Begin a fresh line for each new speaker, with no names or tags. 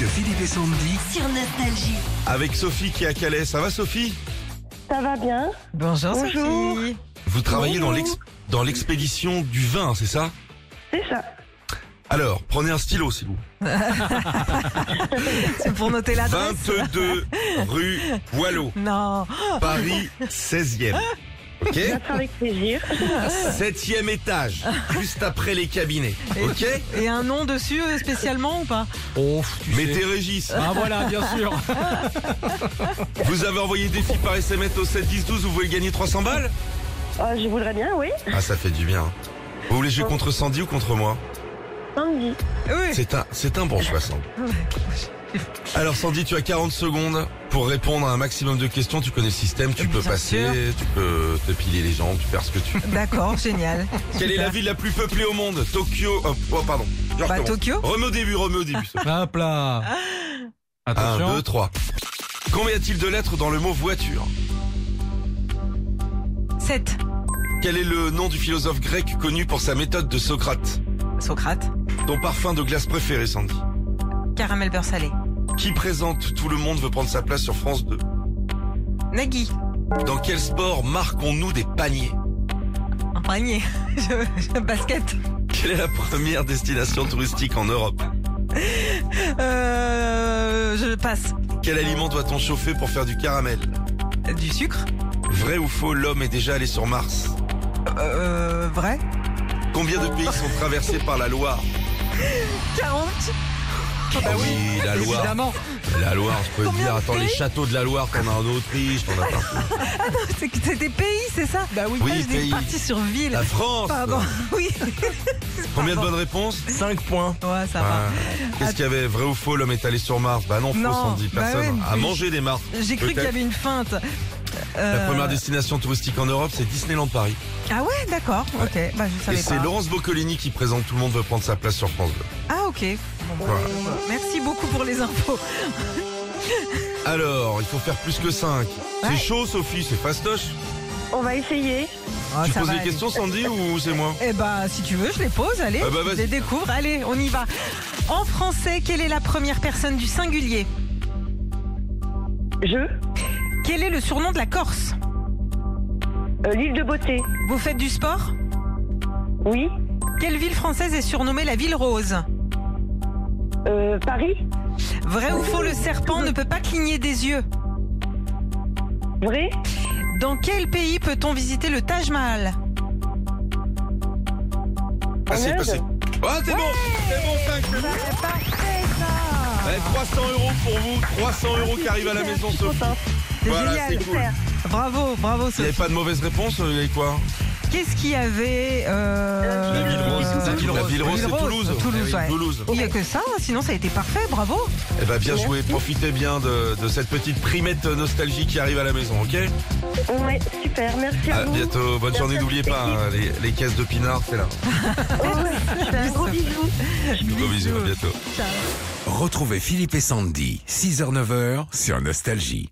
de Philippe et Sandy
sur Nostalgie.
Avec Sophie qui est à Calais. Ça va Sophie
Ça va bien
Bonjour,
Bonjour.
Sophie.
Vous travaillez dans
Bonjour.
l'ex- dans l'expédition du vin, c'est ça
C'est ça.
Alors, prenez un stylo s'il vous plaît.
C'est pour noter l'adresse.
22 rue Boileau,
Non.
Paris 16e. Ok
Ça sera avec plaisir.
7e étage, juste après les cabinets. Ok
Et un nom dessus euh, spécialement ou pas
Oh, tu
Mettez
sais.
Régis.
Ah voilà, bien sûr.
Vous avez envoyé défi par SMS au 7 10 12, vous voulez gagner 300 balles
Oh, je voudrais bien, oui.
Ah, ça fait du bien. Vous voulez jouer contre Sandy ou contre moi
Samedi.
Oui.
C'est un, c'est un bon choix, Sandy. Alors, Sandy, tu as 40 secondes pour répondre à un maximum de questions. Tu connais le système, tu
Bien
peux passer, tu peux te piler les jambes, tu perds ce que tu veux.
D'accord, génial. Bah,
Quelle est la ville la plus peuplée au monde Tokyo. Oh, oh, pardon. Je
Bah,
recommence.
Tokyo
Remets au début, remets au début.
Hop là.
1,
Attention.
2, 3. Combien y a-t-il de lettres dans le mot voiture
7.
Quel est le nom du philosophe grec connu pour sa méthode de Socrate
Socrate.
Ton parfum de glace préféré, Sandy
Caramel beurre salé.
Qui présente Tout le monde veut prendre sa place sur France 2
Nagui.
Dans quel sport marquons-nous des paniers
Un panier. Je, je- basket.
Quelle est la première destination touristique en Europe
Euh, je passe.
Quel aliment doit-on chauffer pour faire du caramel
Du sucre.
Vrai ou faux, l'homme est déjà allé sur Mars
Euh, vrai.
Combien de pays sont traversés par la Loire
40.
Ah oui, la Loire.
Évidemment.
La Loire, je peux te
bah Combien
dire.
de
Attends, les
pays
châteaux de la Loire, t'en as en Autriche, t'en as partout.
C'est que C'était pays, c'est ça Bah
Oui,
je dis
pays. Ah,
partie sur ville.
La France
Pardon. Oui.
Combien de
Pardon.
bonnes réponses 5 points.
Ouais, ça va.
Qu'est-ce qu'il y avait Vrai ou faux, l'homme est allé sur Mars Bah non, faux,
Non,
Sandy,
bah
personne.
ouais,
à
mais-
manger des Mars.
J'ai cru qu'il y
Peut-être.
avait une feinte.
La
Euh,
première destination touristique en Europe, c'est Disneyland Paris.
Ah ouais, d'accord. Ok. Bah je
Et
savais
c'est
pas.
Laurence Boccolini qui présente Tout le monde veut prendre sa place sur France 2.
Ah ok. Bon, bah,
Voilà.
voilà. Merci beaucoup pour les infos.
Alors, il faut faire plus que 5.
Ouais.
C'est chaud, Sophie, c'est fastoche.
On va essayer.
Ah,
tu
ça
poses
va
des
aller.
questions, Sandy, ou c'est moi
Eh ben, si tu veux, je les pose, allez.
Ah bah, vas-y.
je les découvre, allez, on y va. En français, quelle est la première personne du singulier
Je.
Quel est le surnom de la Corse
Euh, L'île de beauté.
Vous faites du sport
Oui.
Quelle ville française est surnommée la ville rose
Euh, Paris.
Vrai ou faux, le serpent ne peut pas cligner des yeux
Vrai.
Dans quel pays peut-on visiter le Taj Mahal
Ah, c'est
Inde.
passé. Ah, c'est bon C'est bon, 5, c'est bon
Parfait, ça
Allez, 300 euros pour vous, 300 euros qui arrivent à la maison, Sophie.
C'est
Voilà, c'est
génial.
cool.
Bravo, bravo,
Il n'y avait
Sophie.
pas de mauvaise réponse, il y avait quoi
Qu'est-ce qu'il y avait euh,
La ville rose.
euh,
La ville rose, c'est
Rose.
Toulouse.
Toulouse, ouais.
Toulouse.
Il n'y a que ça, sinon ça a été parfait, bravo.
Eh ben, bien joué, profitez bien de, de cette petite primette nostalgie qui arrive à la maison, ok
Ouais, super. Merci à,
À
vous.
bientôt, bonne journée,
Merci à toute
n'oubliez pas, hein, les, les caisses de pinard, c'est là.
Un gros bisou.
Gros bisous, à bientôt.
Retrouvez Philippe et Sandy, 6h-9h sur Nostalgie.